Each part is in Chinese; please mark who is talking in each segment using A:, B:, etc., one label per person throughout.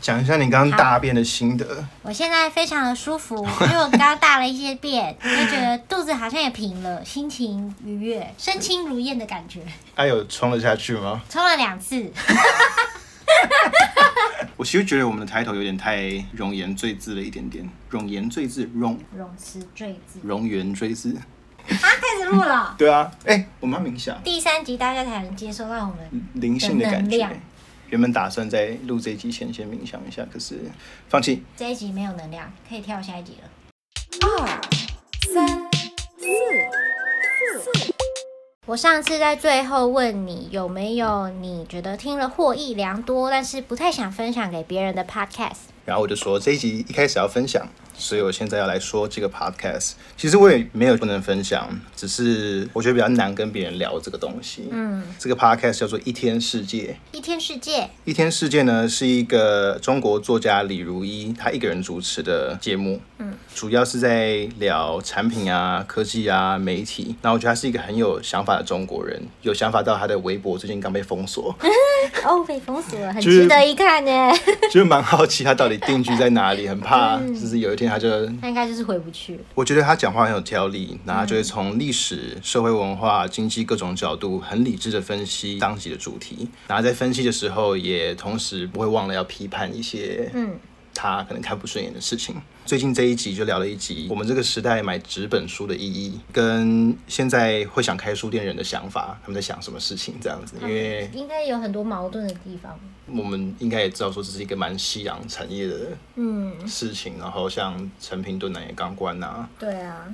A: 讲一下你刚刚大便的心得。
B: 我现在非常的舒服， 因为我刚刚大了一些便，就觉得肚子好像也平了，心情愉悦，身轻如燕的感觉。
A: 哎、有冲了下去吗？
B: 冲了两次，
A: 我其实觉得我们的抬头有点太容颜赘字了一点点，容颜赘字，容
B: 容词坠字。
A: 容颜赘字。
B: 啊，开始录了。
A: 对啊，哎、我们要冥想，
B: 第三集大家才能接收到我们
A: 灵性的感
B: 能
A: 觉
B: 量。
A: 原本打算在录这一集前先冥想一下，可是放弃。
B: 这一集没有能量，可以跳下一集了。我上次在最后问你有没有你觉得听了获益良多，但是不太想分享给别人的 podcast。
A: 然后我就说这一集一开始要分享，所以我现在要来说这个 podcast。其实我也没有不能分享，只是我觉得比较难跟别人聊这个东西。嗯，这个 podcast 叫做《一天世界》。
B: 一天世界
A: 《一天世界》呢是一个中国作家李如一他一个人主持的节目，嗯，主要是在聊产品啊、科技啊、媒体。那我觉得他是一个很有想法的中国人，有想法到他的微博最近刚被封锁，
B: 哦，被封锁了，很
A: 就是
B: 值得一看 呢。
A: 就是蛮好奇他到底定居在哪里，很怕就是有一天他就
B: 那应该就是回不去。
A: 我觉得他讲话很有条理，然后他就会从历史、社会文化、经济各种角度，很理智的分析当集的主题，然后在分析的时候，也同时不会忘了要批判一些嗯他可能看不顺眼的事情。最近这一集就聊了一集我们这个时代买纸本书的意义，跟现在会想开书店人的想法，他们在想什么事情这样子，因为
B: 应该有很多矛盾的地方。
A: 我们应该也知道说这是一个蛮夕阳产业的嗯事情，然后像成品顿南也刚关啊，
B: 对 啊，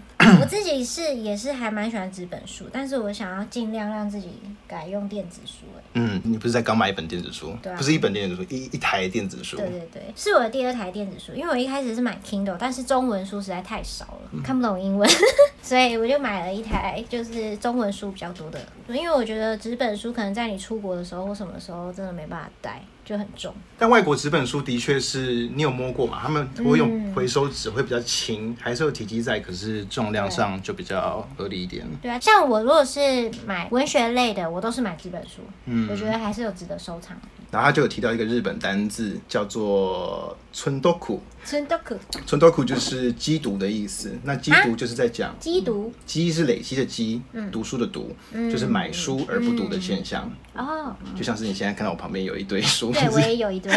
B: 我自己是也是还蛮喜欢纸本书，但是我想要尽量让自己改用电子书、欸。
A: 嗯，你不是在刚买一本电子书，
B: 对啊
A: 不是一本电子书，一一台电子书。
B: 对对对，是我的第二台电子书，因为我一开始是买 Kindle，但是中文书实在太少
A: 嗯
B: 了，看不懂英文， 所以我就买了一台就是中文书比较多的，因为我觉得纸本书可能在你出国的时候或什么时候真的没办法带，就很重。
A: 但外国纸本书的确是你有摸过嘛？他们会
B: 嗯
A: 用回收纸，会比较轻，还是有体积在，可是重量上就比较合理一点。
B: 对啊，像我如果是买文学类的，我都是买纸本书，
A: 嗯
B: 我觉得还是有值得收藏。
A: 然后他就有提到一个日本单字叫做“村多苦
B: 真的可”，
A: 村多苦就是缉毒的意思。那缉
B: 啊
A: 毒就是在讲
B: 缉毒
A: 积是累积的积，
B: 嗯
A: 读书的读，就是买书而不读的现象。
B: 哦，
A: 就像是你现在看到我旁边有一堆书，
B: 对我也有一堆，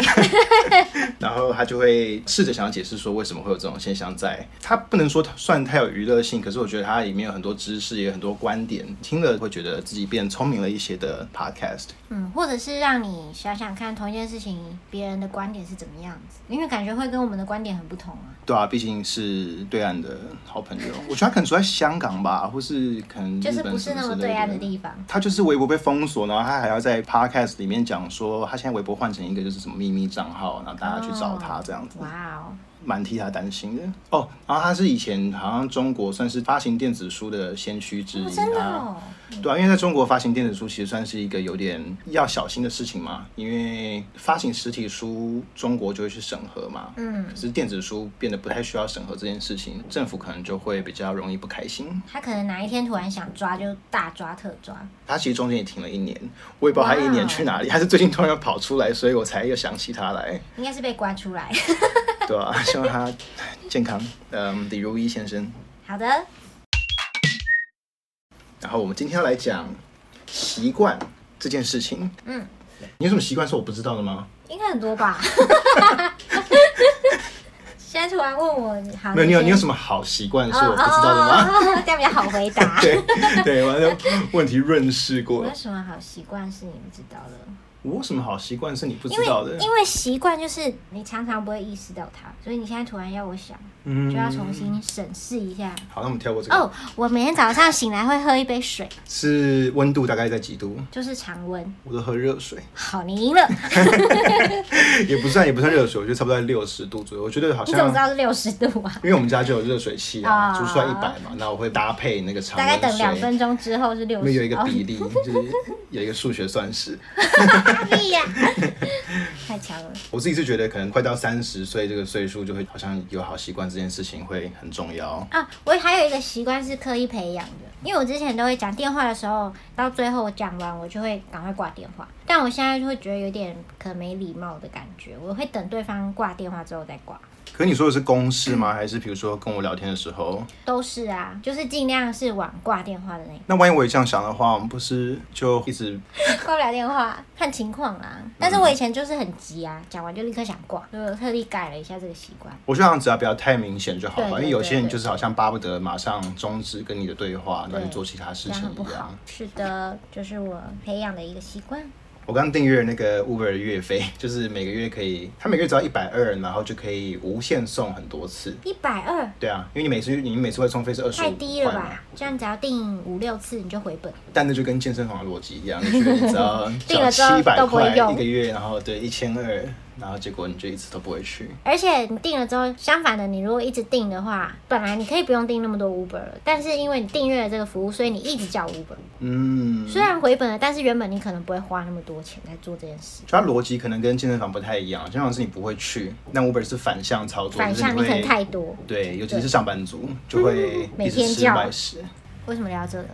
A: 然后他就会试着想要解释说为什么会有这种现象在。他不能说算太有娱乐性，可是我觉得它里面有很多知识，也有很多观点，听了会觉得自己变聪明了一些的 podcast。
B: 嗯，或者是让你想想看同一件事情别人的观点是怎么样子，因为感觉会跟我们的观点很不同啊。
A: 对啊，毕竟是对岸的好朋友，我觉得他可能住在香港吧，或是可能
B: 就是
A: 日本
B: 不是
A: 什
B: 那么
A: 之
B: 对
A: 类
B: 岸的地方。
A: 他就是微博被封锁，然后他还要在 podcast 里面讲说，他现在微博换成一个就是什么秘密账号，然后大家去找他这样子。
B: 哇哦，
A: 蛮替他担心的哦。然后他是以前好像中国算是发行电子书的先驱之一
B: 哦真的
A: 啊。
B: 哦，
A: 对啊，因为在中国发行电子书其实算是一个有点要小心的事情嘛，因为发行实体书中国就会去审核嘛，嗯，可是电子书变得不太需要审核这件事情，政府可能就会比较容易不开心。
B: 他可能哪一天突然想抓就大抓特抓，
A: 他其实中间也停了一年，我也不知道他一
B: 哇
A: 年
B: 哦
A: 去哪里，他是最近突然又跑出来，所以我才又想起他来，
B: 应该是被关出来。
A: 对啊， 希望他健康。嗯，李如一先生。
B: 好的，
A: 然后我们今天要来讲习惯这件事情。
B: 嗯，
A: 你有什么习惯是我不知道的吗？
B: 应该很多吧。 现在突然问我，好，
A: 没有，你有你有什
B: 么
A: 么好习惯是我不知道的吗？
B: 哦，这样比较好回答。
A: 对
B: 啊
A: 对，我的问题润饰
B: 我
A: 过
B: 有。什么好习惯是你不知道的？
A: 我有什么好习惯是你不
B: 因
A: 知道的
B: 为？因为习惯就是你常常不会意识到它，所以你现在突然要我想，
A: 嗯
B: 就要重新审视一下。
A: 好，那我们跳过这个。
B: 哦，我每天早上醒来会喝一杯水，
A: 是温度大概在几度？
B: 就是常温。
A: 我都喝热水，
B: 好，你赢了。
A: 也不算也不算热水，我觉得差不多在六十度左右。我觉得好
B: 你怎
A: 像
B: 么知。道是六十度啊？
A: 因为我们家就有热水器啊，
B: 啊
A: 煮出来一百嘛，那我会搭配那个常
B: 大
A: 温水，
B: 概等两分钟之后是六哦
A: 因为
B: 十。
A: 有一个比例，就是有一个数学算式。
B: 屁呀、太强了。
A: 我自己是觉得，可能快到三十岁这个岁数，就会好像有好习惯这件事情会很重要。
B: 啊，我还有一个习惯是刻意培养的，因为我之前都会讲电话的时候，到最后我讲完我就会赶快挂电话，但我现在就会觉得有点可没礼貌的感觉，我会等对方挂电话之后再挂。
A: 可你说的是公事吗？还是比如说跟我聊天的时候？
B: 都是啊，就是尽量是往挂电话的那
A: 那万一我也这样想的话，我们不是就一直
B: 个，挂不了电话看情况啊。但是我以前就是很急啊，讲完就立刻想挂，所以我特地改了一下这个习惯。
A: 我觉得这样只要不要太明显就好了，
B: 对对
A: 因为有些人
B: 对对
A: 就是好像巴不得马上终止跟你的对话，然后去
B: 对
A: 做其他事
B: 这样
A: 情
B: 很不
A: 一
B: 好
A: 样。。
B: 是的，就是我培养的一个习惯。
A: 我刚订阅那个 Uber 的月费，就是每个月可以，他每个月只要一百二，然后就可以无限送很多次。
B: 一百二
A: 对啊，因为你每次你每次外送费是二十
B: 太
A: 五
B: 低了
A: 块嘛
B: 吧，？这样只要订五六次你就回本。
A: 但那就跟健身房的逻辑一样，你觉得你只要
B: 订 了之后
A: 七百
B: 都不会
A: 块
B: 用
A: 一个月，然后对一千二，然后结果你就一次都不会去。
B: 而且你订了之后，相反的，你如果一直订的话，本来你可以不用订那么多 Uber 了，但是因为你订阅了这个服务，所以你一直叫 Uber。
A: 嗯，
B: 虽然回本了，但是原本你可能不会花那么多钱在做这件事。
A: 就它逻辑可能跟健身房不太一样，健身房是你不会去，但 Uber 是反向操作，
B: 反向
A: 就
B: 你
A: 是
B: 可能
A: 你会
B: 太多。
A: 对，尤其是上班族就会
B: 每
A: 一直
B: 天
A: 吃
B: 叫
A: 外食，
B: 为什么聊到这个？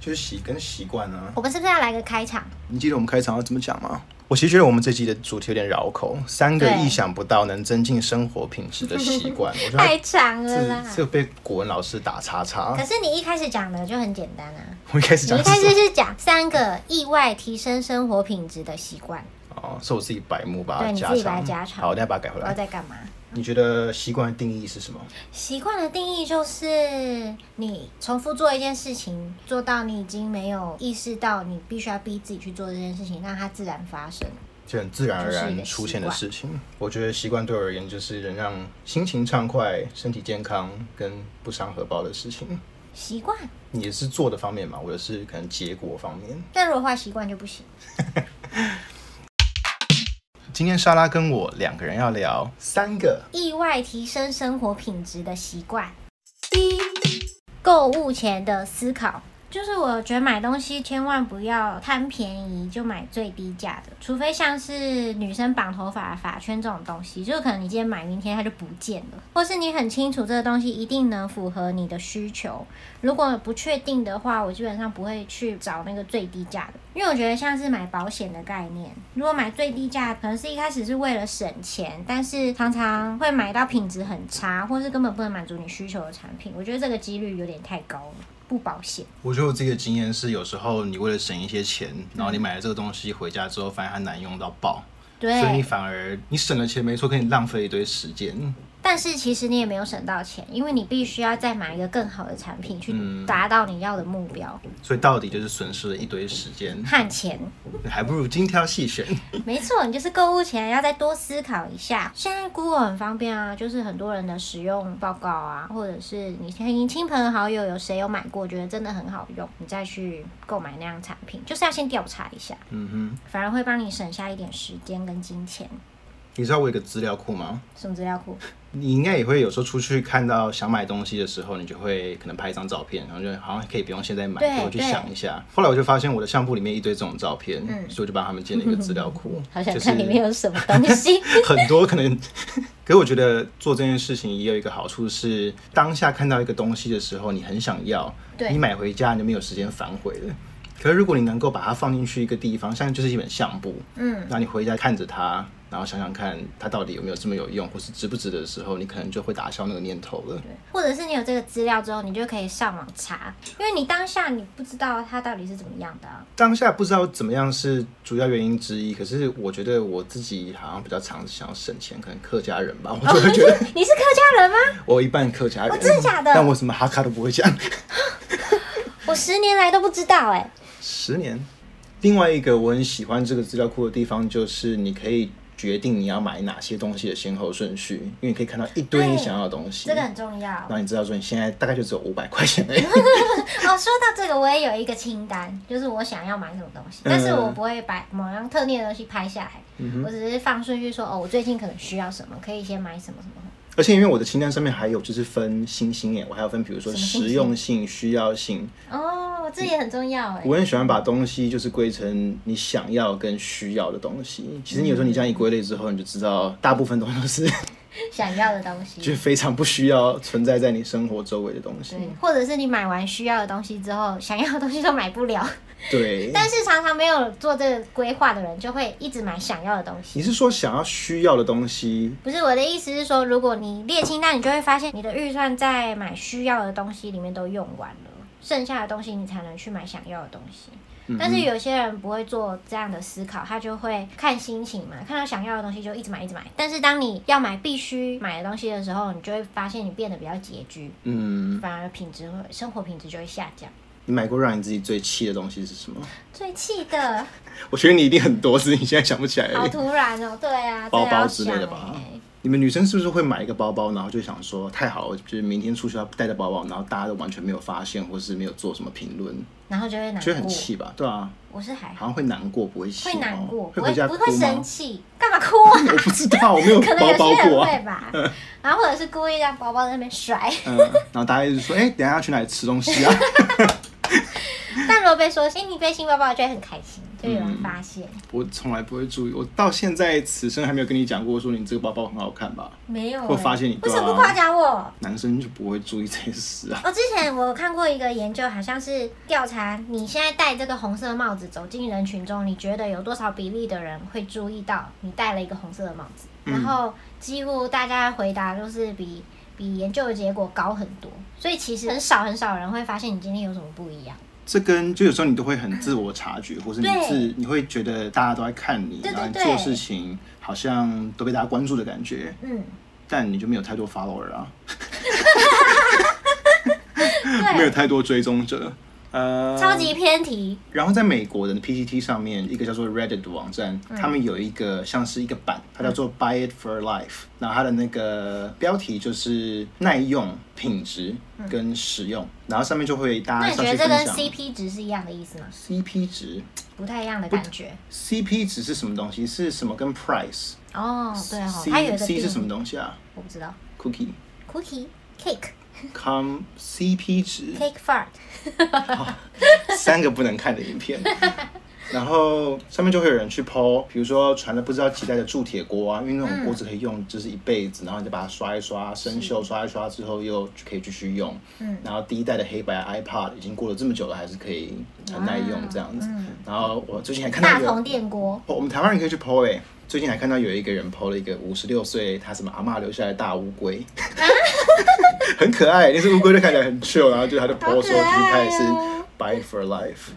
A: 就是习跟习惯啊。
B: 我们是不是要来个开场？
A: 你记得我们开场要怎么讲吗？我其实觉得我们这集的主题有点绕口，三个
B: 对
A: 意想不到能增进生活品质的习惯， 我觉得
B: 太
A: 它
B: 长了啦
A: 是。是被国文老师打叉叉
B: 可。是你一开始讲的就很简单啊，
A: 我一开始
B: 你
A: 讲
B: 一
A: 是
B: 开始
A: 什么
B: 是讲三个意外提升生活品质的习惯，
A: 哦，是我自己白目把它
B: 对你
A: 加
B: 自己把它
A: 长，
B: 加长哦
A: 好，我等下把它改回
B: 我要
A: 来。
B: 在干嘛？
A: 你觉得习惯的定义是什么？
B: 习惯的定义就是你重复做一件事情，做到你已经没有意识到你必须要逼自己去做这件事情，让它自然发生。
A: 就很自然而
B: 就是一
A: 然
B: 个习
A: 出现的
B: 惯
A: 事情。我觉得习惯对我而言就是能让心情畅快、身体健康跟不伤荷包的事情。
B: 习惯，
A: 你是做的方面嘛，我的是可能结果方面。
B: 但如果坏习惯就不行。
A: 今天莎拉跟我两个人要聊三个，
B: 意外提升生活品质的习惯。购物前的思考，就是我觉得买东西千万不要贪便宜就买最低价的，除非像是女生绑头发、发圈这种东西，就可能你今天买，明天它就不见了，或是你很清楚这个东西一定能符合你的需求。如果不确定的话，我基本上不会去找那个最低价的，因为我觉得像是买保险的概念，如果买最低价，可能是一开始是为了省钱，但是常常会买到品质很差，或是根本不能满足你需求的产品。我觉得这个几率有点太高了，不保险。
A: 我觉得我自己的经验是，有时候你为了省一些钱，然后你买了这个东西回家之后，发现它难用到爆，所以你
B: 对，
A: 反而你省了钱没错，可以浪费一堆时间。
B: 但是其实你也没有省到钱，因为你必须要再买一个更好的产品去达到你要的目标、
A: 所以到底就是损失了一堆时间，
B: 和钱。
A: 还不如精挑细选。
B: 没错，你就是购物前要再多思考一下。现在 Google 很方便啊，就是很多人的使用报告啊，或者是你你亲朋好友有谁有买过，觉得真的很好用，你再去购买那样产品，就是要先调查一下，
A: 嗯哼。
B: 反而会帮你省下一点时间跟金钱。
A: 你知道我有一个资料库吗？
B: 什么资料库？
A: 你应该也会有时候出去看到想买东西的时候，你就会可能拍一张照片，然后就好像可以不用现在买，
B: 对
A: 可以我去想一下。后来我就发现我的相簿里面一堆这种照片，
B: 嗯
A: 所以我就帮他们建了一个资料库，
B: 好想
A: 就是
B: 看里面有什么东 西。
A: 很多可能。可是我觉得做这件事情也有一个好处是，当下看到一个东西的时候，你很想要，
B: 对
A: 你买回家你就没有时间反悔了。可是如果你能够把它放进去一个地方，像就是一本相簿，
B: 嗯，
A: 那你回家看着它，然后想想看它到底有没有这么有用，或是值不值得的时候，你可能就会打消那个念头了。
B: 或者是你有这个资料之后，你就可以上网查，因为你当下你不知道它到底是怎么样的、啊。
A: 当下不知道怎么样是主要原因之一，可是我觉得我自己好像比较常想要省钱，可能客家人吧，我就会觉得
B: 你是客家人吗？
A: 我一半客家人，
B: 哦真的假的
A: 但我什么哈卡都不会讲，
B: 我十年来都不知道哎、
A: 十年。另外一个我很喜欢这个资料库的地方，就是你可以决定你要买哪些东西的先后顺序，因为你可以看到一堆你
B: 对
A: 想要的东西，
B: 这个很重要
A: 然。后你知道说你现在大概就只有五百块钱而已。
B: 哦，说到这个，我也有一个清单，就是我想要买什么东西，但是
A: 嗯
B: 我不会把某样特定的东西拍下来，我只是放顺序说，哦，我最近可能需要什么，可以先买什么什么。
A: 而且因为我的清单上面还有就是分星星耶，我还要分比如说实用性、需要性，
B: 哦，哦，这也很重要哎。
A: 我很喜欢把东西就是归成你想要跟需要的东西。其实你有时候你这样一归类之后，你就知道大部分东西都是
B: 想要的东西，
A: 就非常不需要存在在你生活周围的东西。
B: 对，嗯或者是你买完需要的东西之后，想要的东西都买不了。
A: 对，
B: 但是常常没有做这个规划的人，就会一直买想要的东西。
A: 你是说想要需要的东西？
B: 不是我的意思是说，如果你列清单，你就会发现你的预算在买需要的东西里面都用完了，剩下的东西你才能去买想要的东西。
A: 嗯
B: 但是有些人不会做这样的思考，他就会看心情嘛，看到想要的东西就一直买，一直买。但是当你要买必须买的东西的时候，你就会发现你变得比较拮据，
A: 嗯，
B: 反而品质会生活品质就会下降。
A: 你买过让你自己最气的东西是什么？
B: 最气
A: 啊
B: 的，
A: 我觉得你一定很多，只是你现在想不起来而
B: 好
A: 已。
B: 突然哦、对啊，
A: 包
B: 这要
A: 包之类的
B: 想
A: 吧
B: 欸
A: 你们女生是不是会买一个包包，然后就想说太好了，就是明天出去要带着包包，然后大家都完全没有发现，或是没有做什么评论，
B: 然后就会难
A: 觉得很
B: 过。
A: 气吧？对啊，
B: 我是还好
A: 好像会难过，不会气、哦，
B: 会难过，不
A: 会
B: 会
A: 回家
B: 不
A: 哭
B: 会生
A: 吗？
B: 气，干嘛哭啊？
A: 我不知道，我没有
B: 可能有
A: 包包
B: 些人
A: 过啊。
B: 会 吧，然后或者是故意让包包在那边甩。
A: 嗯，然后大家一直说，哎、等一下要去哪里吃东西啊？
B: 但如果被说，哎、你背新包包，我就会很开心，就有
A: 嗯
B: 人发现。
A: 我从来不会注意，我到现在此生还没有跟你讲过，说你这个包包很好看吧？
B: 没有、欸，
A: 会发现你
B: 为什么
A: 对啊
B: 不夸奖我？
A: 男生就不会注意这些事啊。
B: 我、哦之前我看过一个研究，好像是调查你现在戴这个红色帽子走进人群中，你觉得有多少比例的人会注意到你戴了一个红色的帽子？
A: 嗯
B: 然后几乎大家回答都是比比研究的结果高很多，所以其实很少很少人会发现你今天有什么不一样。
A: 这跟就有时候你都会很自我察觉，或是你
B: 对
A: 自你会觉得大家都在看你，
B: 对对
A: 然后你
B: 对
A: 做事情好像都被大家关注的感觉，
B: 嗯，
A: 但你就没有太多 follower 啊，没有
B: 对，
A: 太多追踪者。呃，
B: 超级偏题，
A: 然后在美国的 PPT 上面，一个叫做 Reddit 的网站，
B: 嗯
A: 他们有一个像是一个版，它叫做 Buy It for Life。然后它的那个标题就是耐用、品质跟实用。然后上面就会大
B: 嗯那
A: 家
B: 你
A: 上
B: 觉得
A: 去
B: 这
A: 分
B: 跟
A: 享
B: CP 值是一样的意思吗？
A: CP 值。
B: 不太一样的感觉。
A: CP 值是什么东西？是什么跟 price？
B: 哦，对哦，它有
A: C
B: 一
A: C
B: 个
A: 是什么
B: 定义，
A: 东西啊
B: 我不知道。
A: ？Cookie
B: Cookie cake
A: com CP 值
B: cake fart，
A: 三个不能看的影片，然后上面就会有人去剖，比如说传了不知道几代的铸铁锅啊，因为那种锅子可以用就是一辈子，然后你就把它刷一刷，生锈刷一刷之后又可以继续用。嗯，然后第一代的黑白 iPad 已经过了这么久了，还是可以很耐用这样子。然后我最近还看到
B: 大
A: 一个
B: 同电锅。
A: 哦我们台湾人可以去剖哎、最近还看到有一个人剖了一个五十六岁他什么阿嬷留下来的大乌龟， 很可爱。那只乌龟就看起来很 chill，然后就他就剖说，
B: 好
A: 就
B: 可
A: 是他
B: 爱
A: 也是
B: 哦
A: buy it for life。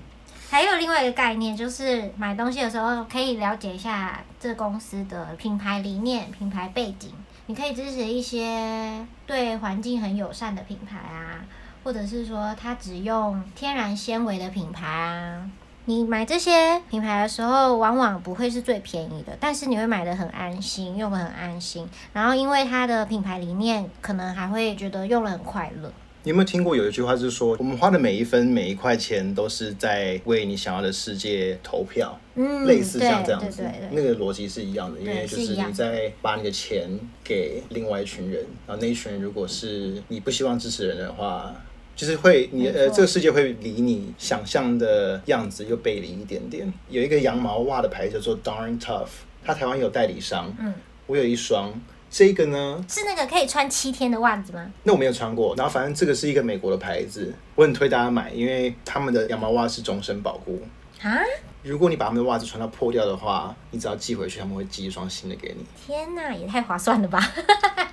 B: 还有另外一个概念，就是买东西的时候可以了解一下这公司的品牌理念、品牌背景。你可以支持一些对环境很友善的品牌啊，或者是说它只用天然纤维的品牌啊。你买这些品牌的时候，往往不会是最便宜的，但是你会买的很安心，用的很安心。然后因为它的品牌理念，可能还会觉得用了很快乐。
A: 你有没有听过有一句话是说，我们花的每一分每一块钱都是在为你想要的世界投票，
B: 嗯，
A: 类似像
B: 对
A: 这样子
B: 对对对，
A: 那个逻辑是一样的，因
B: 对
A: 为就是是
B: 一样
A: 你在把你的钱给另外一群人，然后那一群人如果是你不希望支持人的话。就是会，你
B: 没错
A: 呃，这个世界会离你想象的样子又背离一点点。有一个羊毛袜的牌子叫做 Darn Tough，它台湾有代理商，嗯，我有一双，这个呢
B: 是那个可以穿七天的袜子吗？
A: 那我没有穿过，然后反正这个是一个美国的牌子，我很推大家买，因为他们的羊毛袜是终身保护。
B: 啊！
A: 如果你把他们的袜子穿到破掉的话，你只要寄回去，他们会寄一双新的给你。
B: 天哪，也太划算了吧！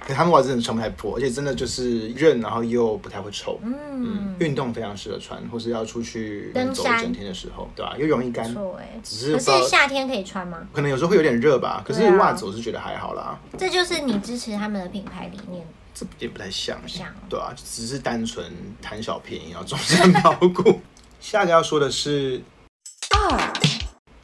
A: 可是他们袜子真的穿不太破，而且真的就是韧，然后又不太会臭。嗯，运动非常适合穿，或是要出去
B: 登
A: 走
B: 山
A: 一整天的时候，对吧、啊又容易干
B: 不。错哎，
A: 只是
B: 可
A: 不知道
B: 是夏天可以穿吗？
A: 可能有时候会有点热吧，可是
B: 对啊
A: 袜子我是觉得还好啦，
B: 这就是你支持他们的品牌理念。
A: 这也不太像，
B: 像哦
A: 对啊，只是单纯贪小便宜，然后终身保 护。下一个要说的是
B: 二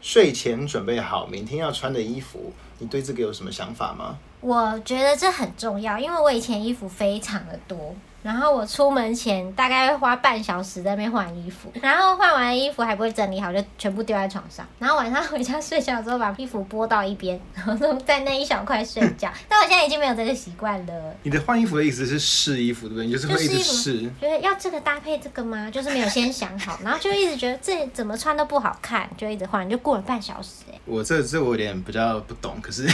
A: 睡前准备好明天要穿的衣服，你对这个有什么想法吗？
B: 我觉得这很重要，因为我以前衣服非常的多，然后我出门前大概会花半小时在那边换衣服，然后换完衣服还不会整理好，就全部丢在床上。然后晚上回家睡觉之后，把衣服拨到一边，然后在那一小块睡觉。但我现在已经没有这个习惯了，
A: 你的换衣服的意思是试衣服，对不对？你就是
B: 就
A: 会一
B: 是
A: 直
B: 衣服
A: 试。
B: 觉得要这个搭配这个吗？就是没有先想好，然后就一直觉得这怎么穿都不好看，就一直换，就过了半小时、欸。
A: 我这这我有点比较不懂， 可是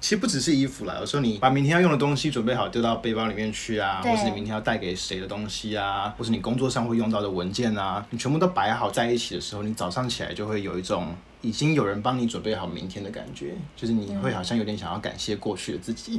A: 其实不只是衣服啦，有时候你把明天要用的东西准备好丢到背包里面去啊，
B: 对
A: 或是你明天要带给谁的东西啊，或是你工作上会用到的文件啊，你全部都摆好在一起的时候，你早上起来就会有一种。已经有人帮你准备好明天的感觉，就是你
B: 嗯
A: 会好像有点想要感谢过去的自己，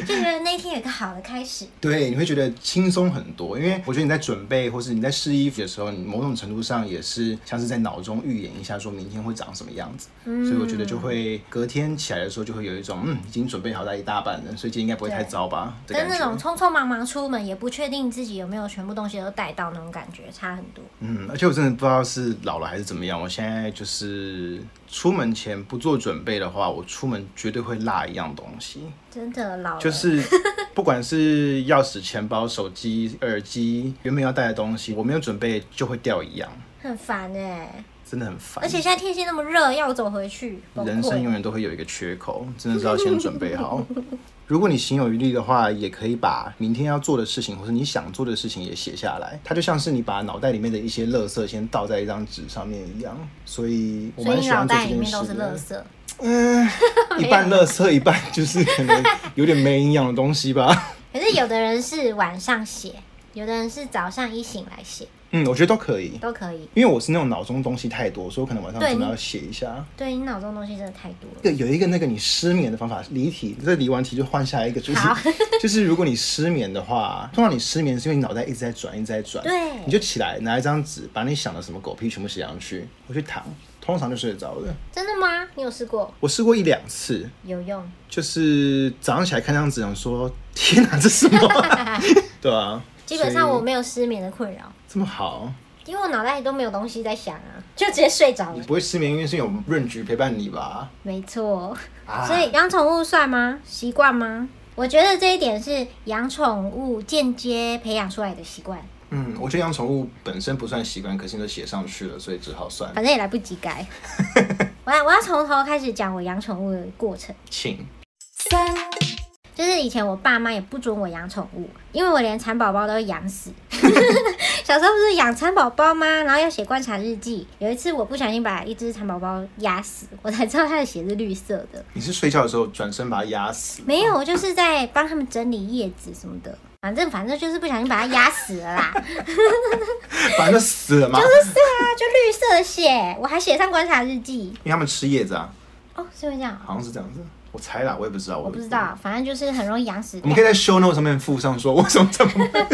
B: 就觉得那一天有个好的开始。
A: 对，你会觉得轻松很多。因为我觉得你在准备或是你在试衣服的时候，你某种程度上也是像是在脑中预演一下，说明天会长什么样子。
B: 嗯
A: 所以我觉得就会隔天起来的时候，就会有一种嗯，已经准备好在一大半了，所以今天应该不会太糟吧的
B: 跟
A: 感
B: 那种
A: 觉。
B: 匆匆忙忙出门，也不确定自己有没有全部东西都带到那种感觉，差很多。
A: 嗯，而且我真的不知道是老了还是怎么样，我现在就是出门前不做准备的话，我出门绝对会落一样东西。
B: 真的老了，
A: 就是 不管是钥匙、钱包、手机、耳机，原本要带的东西，我没有准备就会掉一样，
B: 很烦哎、
A: 真的很烦。
B: 而且现在天气那么热，要我走回去，崩
A: 人生
B: 溃。
A: 永远都会有一个缺口，真的是要先准备 好。如果你行有余力的话，也可以把明天要做的事情，或是你想做的事情也写下来。它就像是你把脑袋里面的一些垃圾先倒在一张纸上面一样。所以我
B: 所以
A: 蛮
B: 你
A: 喜
B: 脑
A: 欢做
B: 袋
A: 这
B: 里
A: 件
B: 面都
A: 事
B: 是垃
A: 的。
B: 圾，
A: 嗯，一半垃圾，一半就是可能有点没营养的东西吧。
B: 可是有的人是晚上写，有的人是早上一醒来写，
A: 嗯，我觉得都可以。
B: 都可以。
A: 因为我是那种脑中东西太多，所以我可能晚上
B: 对
A: 真的
B: 你
A: 要写一下。
B: 对你脑中东西真的太多了，
A: 有有一个那个你失眠的方法，离题，这离完题就换下一个，就是 就是如果你失眠的话，通常你失眠是因为你脑袋一直在转，一直在转，
B: 对
A: 你就起来拿一张纸，把你想的什么狗屁全部写上去，回去躺，通常就睡得着了。
B: 真的吗？你有试过？
A: 我试过一两次，
B: 有用，
A: 就是早上起来看张纸，想说天哪，这是什么 啊、对啊，
B: 基本上我
A: 所以
B: 没有失眠的困扰，
A: 这么好，
B: 因为我脑袋里都没有东西在想啊，就直接睡着
A: 你
B: 了。
A: 不会失眠，因为是有润菊陪伴你吧？
B: 没错。
A: 啊，
B: 所以养宠物算吗？习惯吗？我觉得这一点是养宠物间接培养出来的习惯，
A: 嗯，我觉得养宠物本身不算习惯，可是你都写上去了，所以只好算。
B: 反正也来不及改。我要我要从头开始讲我养宠物的过程，
A: 请
B: 就是以前我爸妈也不准我养宠物，因为我连蚕宝宝都养死。 小时候不是养蚕宝宝吗？然后要写观察日记。有一次我不小心把一只蚕宝宝压死，我才知道它的血是绿色的。
A: 你是睡觉的时候转身把它压死，
B: 没有，我就是在帮他们整理叶子什么的，反正反正就是不小心把它压死了啦。
A: 反正就死了嘛，
B: 对啊，就绿色血，我还写上观察日记。
A: 因为他们吃叶子啊，
B: 哦，是会这样哦，
A: 好像是这样子，我猜啦，我也不知道，我
B: 我不知。道，反正就是很容易养死
A: 我
B: 掉
A: 们可。以在 show note 上面附上说为什么这么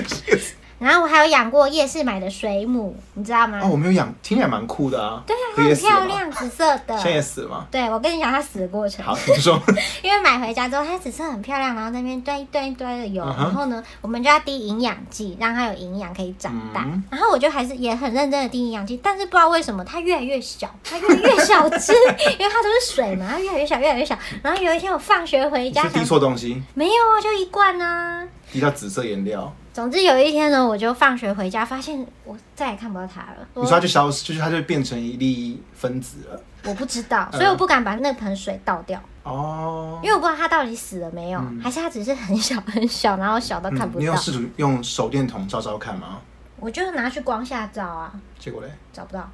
B: 然后我还有养过夜市买的水母，你知道吗？
A: 哦，我没有养，听起来蛮酷的啊。对啊
B: 它很漂，亮，紫色
A: 现在也
B: 的。
A: 死了吗？
B: 对，我跟你讲它死的过程，
A: 好，你 说，
B: 因为买回家之后它紫色很漂亮，然后在那边堆一堆一堆的油，
A: 嗯哼
B: 然后呢，我们就要滴营养剂，让它有营养可以长大。
A: 嗯
B: 然后我就还是也很认真的滴营养剂，但是不知道为什么它越来 越小，它越来越小只，因为它都是水嘛，它越来越小，越来越小。然后有一天我放学回
A: 你
B: 家
A: 是
B: 想
A: 滴错东西，
B: 没有啊，就一罐啊。
A: 滴到紫色颜料，
B: 总之有一天呢，我就放学回家，发现我再也看不到它了。
A: 你说哦它就消失，就是它就变成一粒分子了。
B: 我不知道，
A: 嗯
B: 所以我不敢把那盆水倒掉，
A: 哦
B: 因，为我不知道它到底死了没有，还是它只是很小很小，然后小到看
A: 嗯
B: 不
A: 你
B: 到。
A: 有试图用手电筒照照看吗？
B: 我就拿去光下照啊，
A: 结果嘞？
B: 找不到，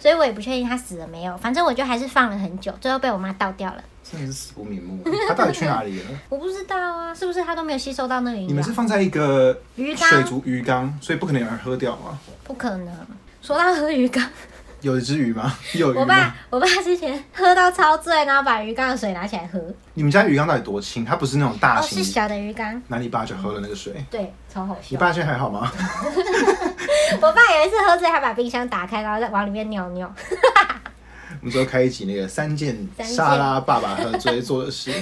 B: 所以我也不确定它死了没有。反正我就还是放了很久，最后被我妈倒掉了。
A: 真的是死不瞑目，它到底去哪里了？
B: 我不知道啊，是不是它都没有吸收到那个
A: 你
B: 营
A: 们是
B: 养？
A: 放在一个
B: 鱼缸
A: 水族鱼缸，所以不可能有人喝掉吗？
B: 不可能。说到喝鱼缸，
A: 有一只鱼吗？ 有鱼
B: 我爸
A: 吗？
B: 我爸之前喝到超醉，然后把鱼缸的水拿起来喝，
A: 你们家鱼缸到底多轻？它不是那种大
B: 哦，
A: 型
B: 是
A: 鱼，
B: 小的鱼缸。
A: 那你爸就喝了那个水。
B: 对，超好笑
A: 你。爸现在还好 吗？
B: 我爸有一次喝醉，还把冰箱打开，然后再往里面尿尿。
A: 我们之后开一集那个三件
B: 三件
A: 沙拉爸爸喝醉做的事。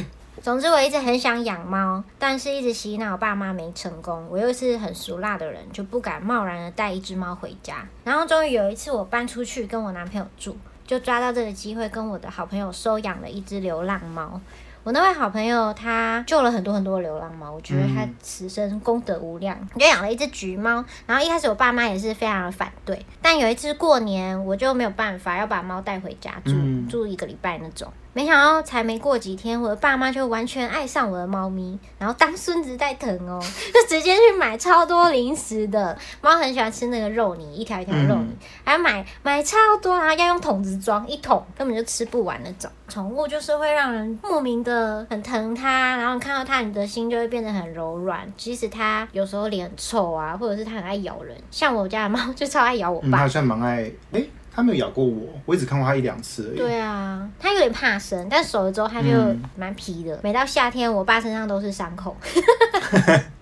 B: 总之，我一直很想养猫，但是一直洗脑爸妈没成功。我又是很俗辣的人，就不敢贸然的带一只猫回家。然后终于有一次，我搬出去跟我男朋友住，就抓到这个机会，跟我的好朋友收养了一只流浪猫。我那位好朋友他救了很多很多流浪猫，我觉得他此生功德无量。我就养了一只橘猫，然后一开始我爸妈也是非常的反对，但有一次过年我就没有办法要把猫带回家住、
A: 嗯
B: 住一个礼拜那种。没想到才没过几天，我的爸妈就完全爱上我的猫咪，然后当孙子在疼哦， 就直接去买超多零食的。猫很喜欢吃那个肉泥，一条一条的肉泥，还买买超多，然后要用桶子装一桶，根本就吃不完那种。宠物就是会让人莫名的很疼它，然后你看到它，你的心就会变得很柔软。即使它有时候脸很臭啊，或者是它很爱咬人，像我家的猫 就超爱咬我
C: 嗯，它
B: 爸
C: 好。像蛮爱，诶，它没有咬过我，我也只看过它一两次而已。
B: 对啊，它有点怕生，但熟了之后它就
C: 嗯
B: 蛮皮的。每到夏天，我爸身上都是伤口。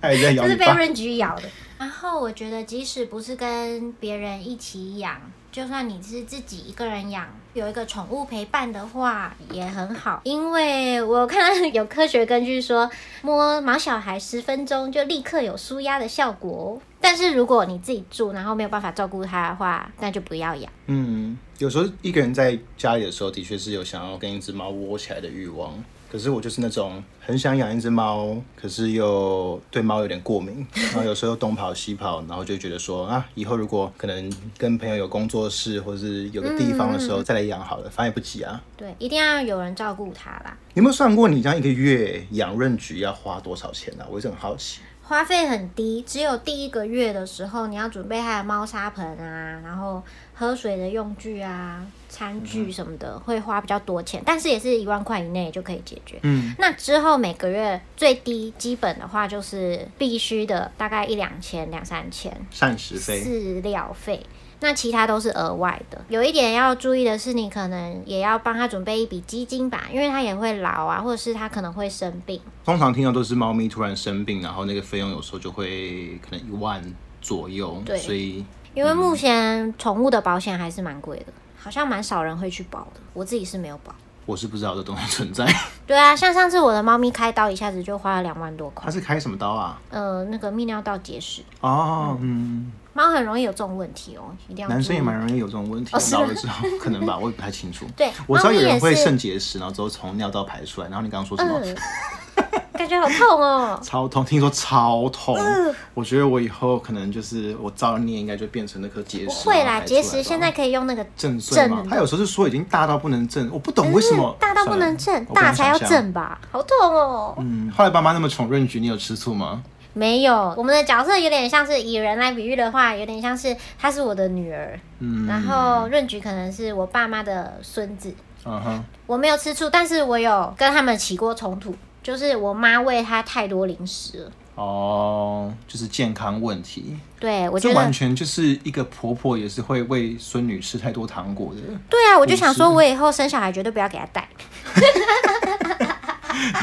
C: 它也在咬
B: 就
C: 你
B: 是被
C: 爸。
B: 润菊咬的。然后我觉得，即使不是跟别人一起养，就算你是自己一个人养，有一个宠物陪伴的话也很好。因为我看到有科学根据说，摸毛小孩十分钟就立刻有舒压的效果哦。但是如果你自己住，然后没有办法照顾它的话，那就不要养。
A: 嗯，有时候一个人在家里的时候，的确是有想要跟一只猫窝起来的欲望。可是我就是那种很想养一只猫，可是又对猫有点过敏，然后有时候又东跑西跑，然后就觉得说啊，以后如果可能跟朋友有工作室或是有个地方的时候再来养好了，反正也不急啊。
B: 对，一定要有人照顾它啦。
A: 你有没有算过你这样一个月养润菊要花多少钱呢、啊？我一直很好奇。
B: 花费很低，只有第一个月的时候，你要准备它的猫砂盆啊，然后喝水的用具啊、餐具什么的，会花比较多钱，但是也是一万块以内就可以解决。
C: 嗯，
B: 那之后每个月最低基本的话就是必须的，大概一两千、两三千。
A: 膳食费，
B: 饲料费，那其他都是额外的。有一点要注意的是，你可能也要帮它准备一笔基金吧，因为它也会老啊，或者是它可能会生病。
A: 通常听到都是猫咪突然生病，然后那个费用有时候就会可能一万左右，
B: 对
A: 所以
B: 因为目前宠物的保险还是蛮贵的，好像蛮少人会去保的。我自己是没有保。
A: 我是不知道这东西存 在。
B: 对啊，像上次我的猫咪开刀，一下子就花了两万多块
A: 它。是开什么刀啊？
B: 呃，那个泌尿道结石，
A: 哦，嗯，
B: 猫很容易有这种问题哦，一定要
A: 男生也
B: 注意
A: 蛮容易有这种问题，
B: 哦是吗
A: 老了之后可能 吧，我也不太清楚。
B: 对
A: 我知道
B: 猫咪
A: 有人
B: 也
A: 会
B: 是
A: 肾结石，然后之后从尿道排出来。然后你刚刚说什么？
B: 嗯呃，感觉好痛哦。
A: 超痛，听说超痛。
B: 嗯
A: 我觉得我以后可能就是我造孽，应该就变成那颗 结石。
B: 不会
A: 然后
B: 啦，
A: 排出
B: 结
A: 来
B: 石
A: 吧
B: 现在可以用那个
A: 震碎吗
B: 震？的
A: 他有时候是说已经大到不能震，我不懂为什么
B: 嗯大到不能
A: 算
B: 震，
A: 了我不
B: 大
A: 能
B: 才要
A: 想象。
B: 震吧？好痛哦。
A: 嗯，后来爸妈那么宠润菊，你有吃醋吗？
B: 没有，我们的角色有点像是以人来比喻的话，有点像是她是我的女儿，
A: 嗯
B: 然后润菊可能是我爸妈的孙子，
A: 嗯哼，
B: 我没有吃醋，但是我有跟他们起过冲突，就是我妈喂他太多零食了。
A: 哦，就是健康问题。
B: 对，我
A: 这
B: 觉得
A: 完全就是一个婆婆也是会喂孙女吃太多糖果的，
B: 对啊，我就想
A: 饮
B: 说，
A: 食
B: 我以后生小孩绝对不要给他带，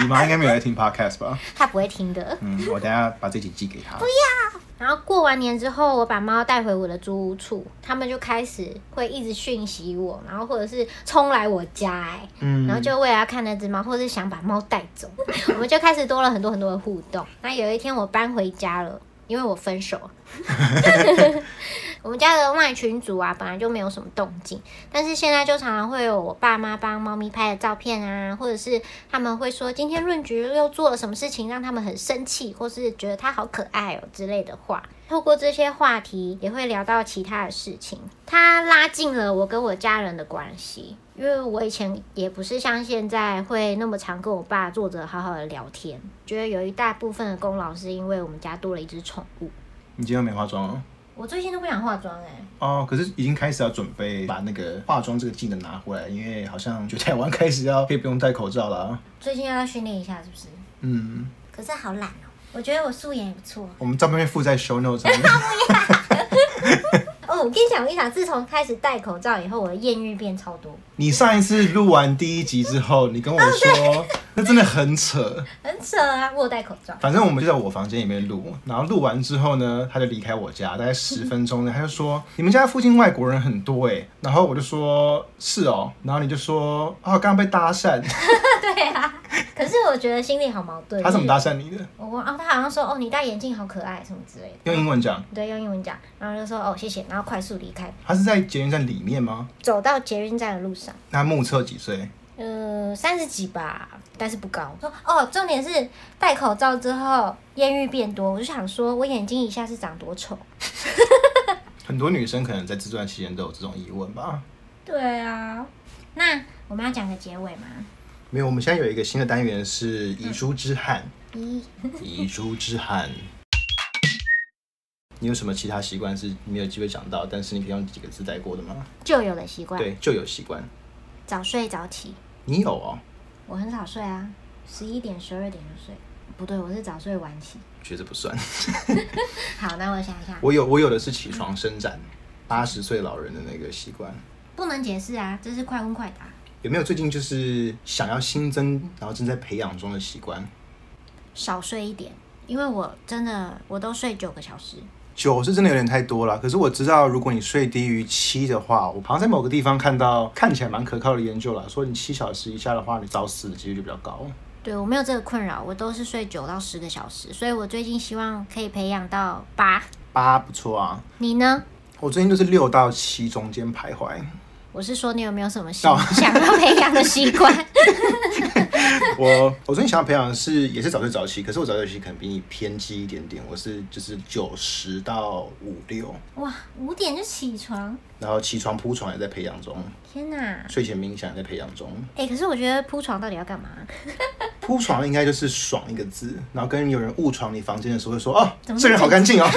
A: 你妈应该没有在听 podcast 吧？
B: 他不会听的。
A: 嗯，我等一下把这集寄给她。
B: 然后过完年之后，我把猫带回我的租屋处，他们就开始会一直讯息我，然后或者是冲来我家、哎，
C: 嗯
B: 然后就为了要看那只猫，或者是想把猫带走， 我们就开始多了很多很多的互动。那有一天我搬回家了，因为我分手了。 我们家的外群组啊，本来就没有什么动静，但是现在就常常会有我爸妈帮猫咪拍的照片啊，或者是他们会说今天润菊又做了什么事情让他们很生气，或是觉得它好可爱哦之类的话。透过这些话题，也会聊到其他的事情，它拉近了我跟我家人的关系。因为我以前也不是像现在会那么常跟我爸坐着好好的聊天，觉得有一大部分的功劳是因为我们家多了一只宠物。
A: 你今天没化妆哦？
B: 我最近都不想化妆哎、
A: 哦，可是已经开始要准备把那个化妆这个技能拿回来，因为好像就台湾开始要可以不用戴口罩了。
B: 最近要要训练一下是不是？
A: 嗯，
B: 可是好懒哦、我觉得我素颜也不错
A: 我们照片会附在 show note 上面。
B: 哦。我跟你讲，我跟你讲，自从开始戴口罩以后，我的艳遇变超多，
A: 你上一次录完第一集之后，你跟我说，那真的很扯。
B: 很扯啊！我有戴口罩，
A: 反正我们就在我房间里面录，然后录完之后呢，他就离开我家，大概十分钟呢，他就说你们家附近外国人很多哎、然后我就说是哦，然后你就说啊，刚刚被搭讪，
B: 对啊。可是我觉得心里好矛盾。
A: 他怎么
B: 就是
A: 搭讪你的？
B: 我问哦，他好像说哦，你戴眼镜好可爱什么之类的。
A: 用英文讲，
B: 对，用英文讲，然后就说哦谢谢，然后快速离开。
A: 他是在捷运站里面吗？
B: 走到捷运站的路上，
A: 那目测几岁？
B: 呃，三十几吧，但是不高。说哦，重点是戴口罩之后艳遇变多，我就想说我眼睛一下是长多丑。
A: 很多女生可能在自传期间都有这种疑问吧。
B: 对啊，那我们要讲个结尾吗？
A: 没有，我们现在有一个新的单元是遗珠之憾，
B: 咦，
A: 遗珠之憾。你有什么其他习惯是没有机会讲到，但是你可以用几个字带过的吗？
B: 旧有的习惯，
A: 对，就有习惯。
B: 早睡早起。
A: 你有哦，
B: 我很少睡啊，十一点、十二点就睡。不对，我是早睡晚起。
A: 觉得不算。
B: 好，那我想一下，
A: 我有，我有的是起床伸展，八十岁老人的那个习惯。
B: 不能解释啊，这是快问快答。
A: 有没有最近就是想要新增，然后正在培养中的习惯？
B: 少睡一点，因为我真的我都睡九个小时。
A: 九是真的有点太多了，可是我知道，如果你睡低于七的话，我好像在某个地方看到看起来蛮可靠的研究了，说你七小时以下的话，你早死的几率就比较高。
B: 对我没有这个困扰，我都是睡九到十个小时，所以我最近希望可以培养到八。
A: 八不错啊，
B: 你呢？
A: 我最近就是六到七中间徘徊。
B: 我是说你有没有什么习
A: 哦
B: 想要培养的习惯？
A: 我我最近想要培养的是也是早睡早起，可是我早睡早起可能比你偏激一点点，我是就是九十到五六，
B: 哇，五点就起床，
A: 然后起床铺床也在培养中，
B: 天哪！
A: 睡前冥想也在培养中。
B: 哎、可是我觉得铺床到底要干嘛？
A: 铺床应该就是爽一个字，然后跟有人误闯你房间的时候会说哦
B: 怎，么
A: 这人好干净哦。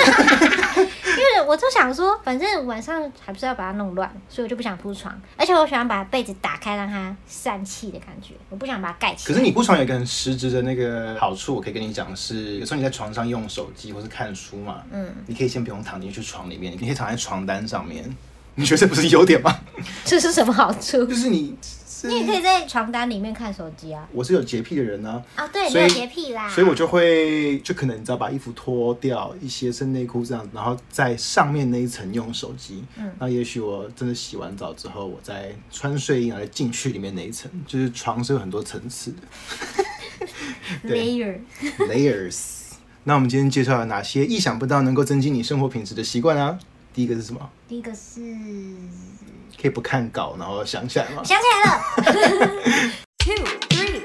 B: 因为我就想说，反正晚上还不是要把它弄乱，所以我就不想铺床，而且我喜欢把被子打开，让它散气的感觉，我不想把它盖起
A: 可
B: 来。
A: 是你不床有一个很实质的那个好处，我可以跟你讲是，有时候你在床上用手机或是看书嘛，嗯，你可以先不用躺进去床里面，你可以躺在床单上面。 你觉得这不是优点吗？
B: 这是什么好处？
A: 就是你，
B: 你也可以在床单里面看手机啊。
A: 我是有洁癖的人呢、
B: 啊，对，
A: 所
B: 没
A: 以
B: 有洁癖啦。
A: 所以我就会就可能你知道把衣服脱掉，一些是内裤这样，然后在上面那一层用手机。嗯，那也许我真的洗完澡之后，我再穿睡衣，然后进去里面那一层，就是床是有很多层次的
B: layer
A: layers。那我们今天介绍了哪些意想不到能够增进你生活品质的习惯啊？第一个是什么？
B: 第一个是
A: 可以不看稿，然后想起来吗？
B: 想起来了，
D: two, three,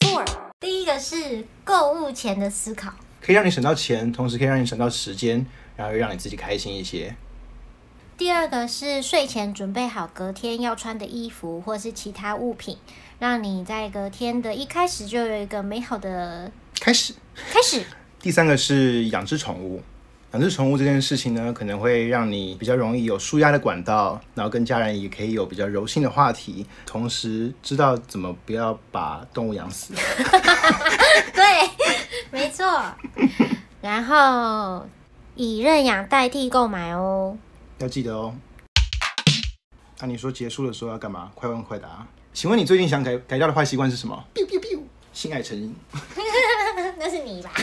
D: four.
B: 第一个是购物前的思考。
A: 可以让你省到钱，同时可以让你省到时间，然后又让你自己开心一些。
B: 第二个是睡前准备好隔天要穿的衣服或是其他物品，让你在隔天的一开始就有一个美好的
A: 开始。
B: 开 始。
A: 第三个是养只宠物。养只宠物这件事情呢，可能会让你比较容易有舒压的管道，然后跟家人也可以有比较柔性的话题，同时知道怎么不要把动物养死。
B: 对，没错。然后以认养代替购买哦。
A: 要记得哦。那、你说结束的时候要干嘛？快问快答。请问你最近想改改掉的坏习惯是什么？biu biu biu，性爱成瘾，
B: 那是你吧？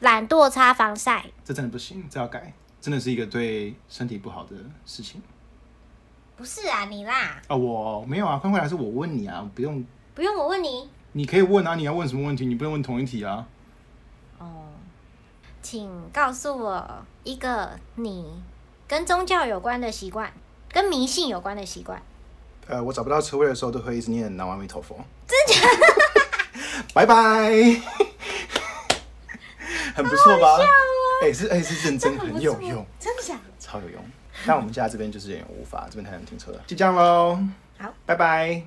B: 懒惰擦防晒，
A: 这真的不行，这要改，真的是一个对身体不好的事情
B: 不是啊，你啦，
A: 啊、我没有啊，快问快答是我问你啊，不用，
B: 不用我问你
A: 你可以问啊，你要问什么问题？你不能问同一题啊。
B: 哦。请告诉我一个你跟宗教有关的习惯，跟迷信有关的习惯。
A: 呃，我找不到车位的时候，都会一直念南无阿弥陀佛。真假？拜拜。 很不错吧？哎、是哎、是认真，很有用，
B: 真的假的？
A: 超有用。但我们家这边就是有点无法，这边太难停车了，就这样喽。
B: 好，
A: 拜拜。